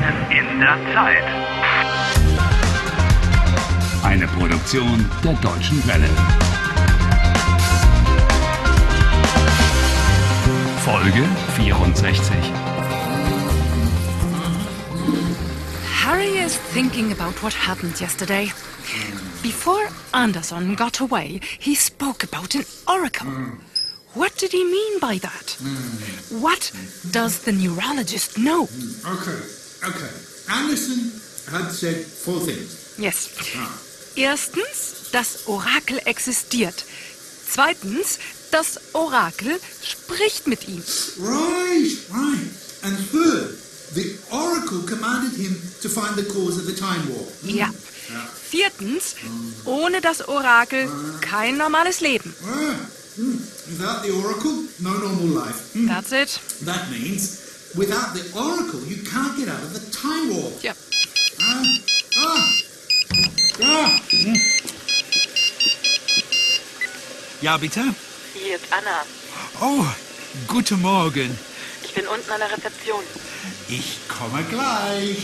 der Zeit. Eine Produktion der Deutschen Welle. Folge 64. Harry is thinking about what happened yesterday. Before Anderson got away, he spoke about an oracle. What did he mean by that? What does the neurologist know? Okay, okay. Anderson had said four things. Yes. Erstens, das Orakel existiert. Zweitens, das Orakel spricht mit ihm. Right, right. And third, the oracle commanded him to find the cause of the time war. Ja. Viertens, ohne das Orakel kein normales Leben. Ah, hmm. Without the oracle, no normal life. Hmm. That's it. That means without the oracle, you can't get out of the time war. Yep. Ah, ah, ah. Mm. Ja, bitte? Hier ist Anna. Oh, guten Morgen. Ich bin unten an der Rezeption. Ich komme Mal gleich.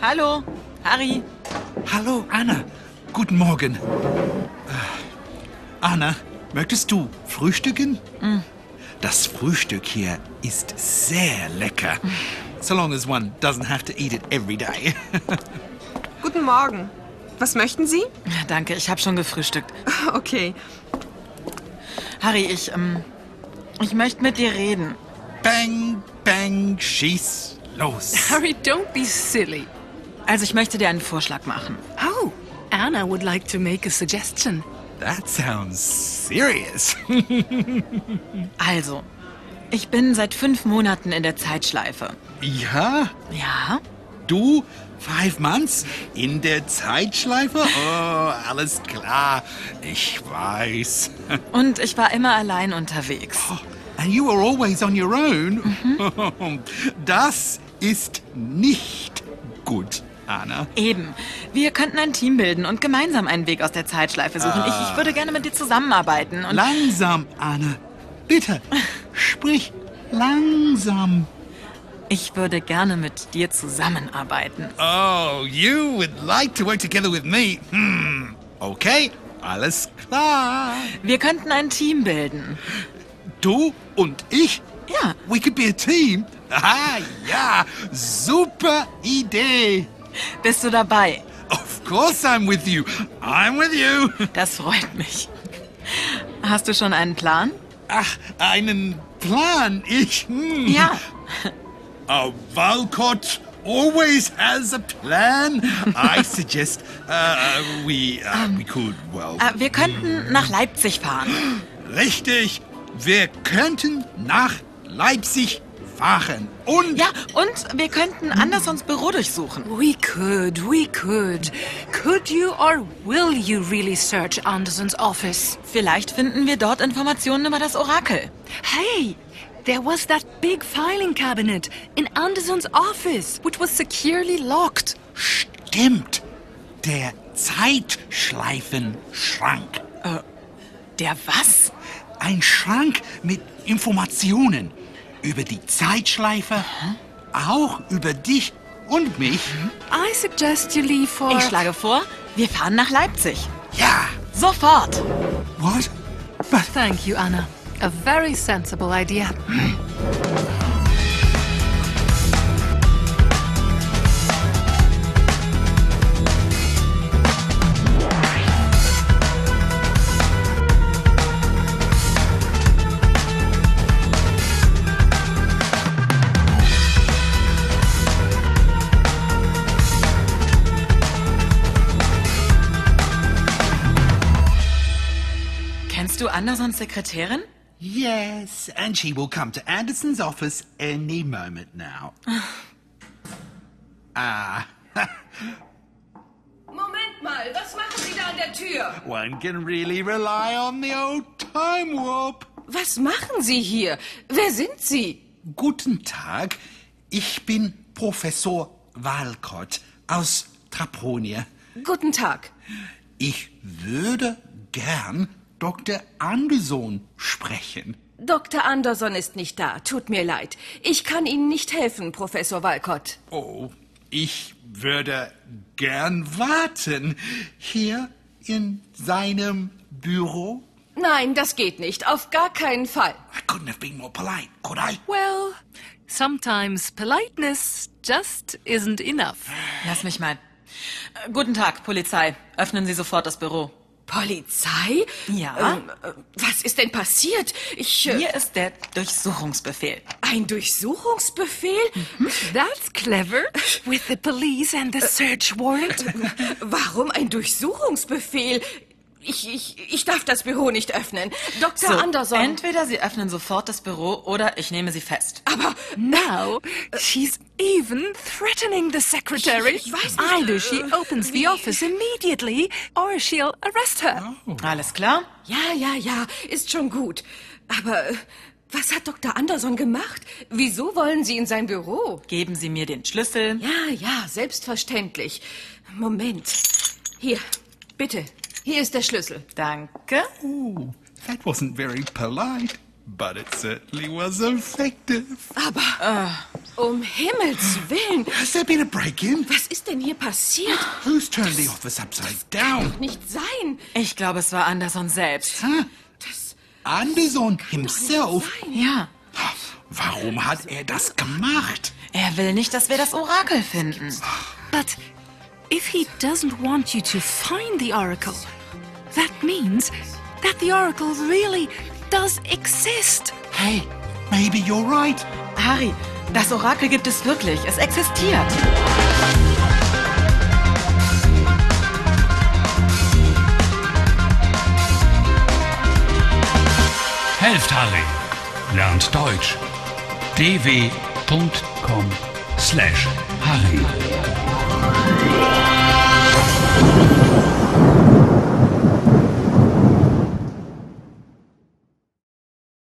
Hallo, Harry. Hallo, Anna. Guten Morgen. Ah, Anna, möchtest du frühstücken? Das Frühstück hier ist sehr lecker. So long as one doesn't have to eat it every day. Guten Morgen. Was möchten Sie? Danke, ich habe schon gefrühstückt. Okay. Harry, ich, ähm, ich möchte mit dir reden. Bang, bang, schieß los. Harry, don't be silly. Also ich möchte dir einen Vorschlag machen. Oh, Anna would like to make a suggestion. That sounds serious. Also, ich bin seit fünf Monaten in der Zeitschleife. ja, Ja? du five months in der Zeitschleife? Oh, alles klar. Ich weiß. Und ich war immer allein unterwegs. And you are always on your own. Das ist nicht gut, Anna. Eben. Wir könnten ein Team bilden und gemeinsam einen Weg aus der Zeitschleife suchen. Ich, ich würde gerne mit dir zusammenarbeiten. Und Langsam, Anna. Bitte, sprich langsam. ich würde gerne mit dir zusammenarbeiten. Oh, you would like to work together with me. Hmm. Okay, alles klar. Wir könnten ein Team bilden. Du und ich? Ja. We could be a team. Ah, ja, super Idee. Bist du dabei? Of course I'm with you. I'm with you. Das freut mich. Hast du schon einen Plan? Ach, einen Plan. Ich. Hm. Ja. A Walcott always has a plan. I suggest uh, we uh, we could well. Äh, Wir könnten nach Leipzig fahren. richtig. Wir könnten nach Leipzig fahren und Ja, und wir könnten Andersons Büro durchsuchen. We could, we could. Could you or will you really search Anderson's office? Vielleicht finden wir dort Informationen über das Orakel. Hey, there was that big filing cabinet in Anderson's office, which was securely locked. stimmt der Zeitschleifenschrank. Der was? Ein Schrank mit Informationen über die Zeitschleife, auch über dich und mich. I suggest you leave for. Ich schlage vor, wir fahren nach Leipzig. Ja. Sofort. What? But Thank you, Anna. A very sensible idea. Kennst du Andersons Sekretärin? Yes, and she will come to Anderson's office any moment now. Moment mal, was machen Sie da an der Tür? One can really rely on the old time warp. Was machen Sie hier? Wer sind Sie? Guten Tag, ich bin Professor Walcott aus Traponia. Guten Tag. Ich würde gern Dr. Anderson sprechen. Dr. Anderson ist nicht da. Tut mir leid. Ich kann Ihnen nicht helfen, Professor Walcott. Oh, ich würde gern warten. Hier in seinem Büro. Nein, das geht nicht. Auf gar keinen Fall. I couldn't have been more polite, could I? Well, sometimes politeness just isn't enough. Lass mich mal. Äh, Guten Tag, Polizei. Öffnen Sie sofort das Büro. Polizei? Ja? Ähm, äh, was ist denn passiert? Ich. Äh, Hier ist der Durchsuchungsbefehl. ein Durchsuchungsbefehl? That's clever. With the police and the search warrant. Warum ein Durchsuchungsbefehl? Ich, ich, ich darf das Büro nicht öffnen. Dr. Anderson. entweder Sie öffnen sofort das Büro oder ich nehme Sie fest. Now she's even threatening the secretary. Either she opens the office immediately or she'll arrest her. Alles klar? Ja, ja, ja, ist schon gut. Aber äh, was hat Dr. Anderson gemacht? Wieso wollen Sie in sein Büro? Geben Sie mir den Schlüssel. Ja, ja, selbstverständlich. Moment. Hier, bitte. Hier ist der Schlüssel. Danke. Ooh, Oh, that wasn't very polite, but it certainly was effective. Um Himmels Willen, Has there been a break in? was ist denn hier passiert? Who's turned the office upside down? Nicht sein. Ich glaube, es war Anderson selbst. Anderson himself? Ja. Warum hat er das gemacht? Er will nicht, dass wir das Orakel finden. But if he doesn't want you to find the oracle, that means that the oracle really does exist. Hey, maybe you're right. Harry, das Orakel gibt es wirklich. Es existiert. Helft Harry. Lernt Deutsch. dw.com/harry.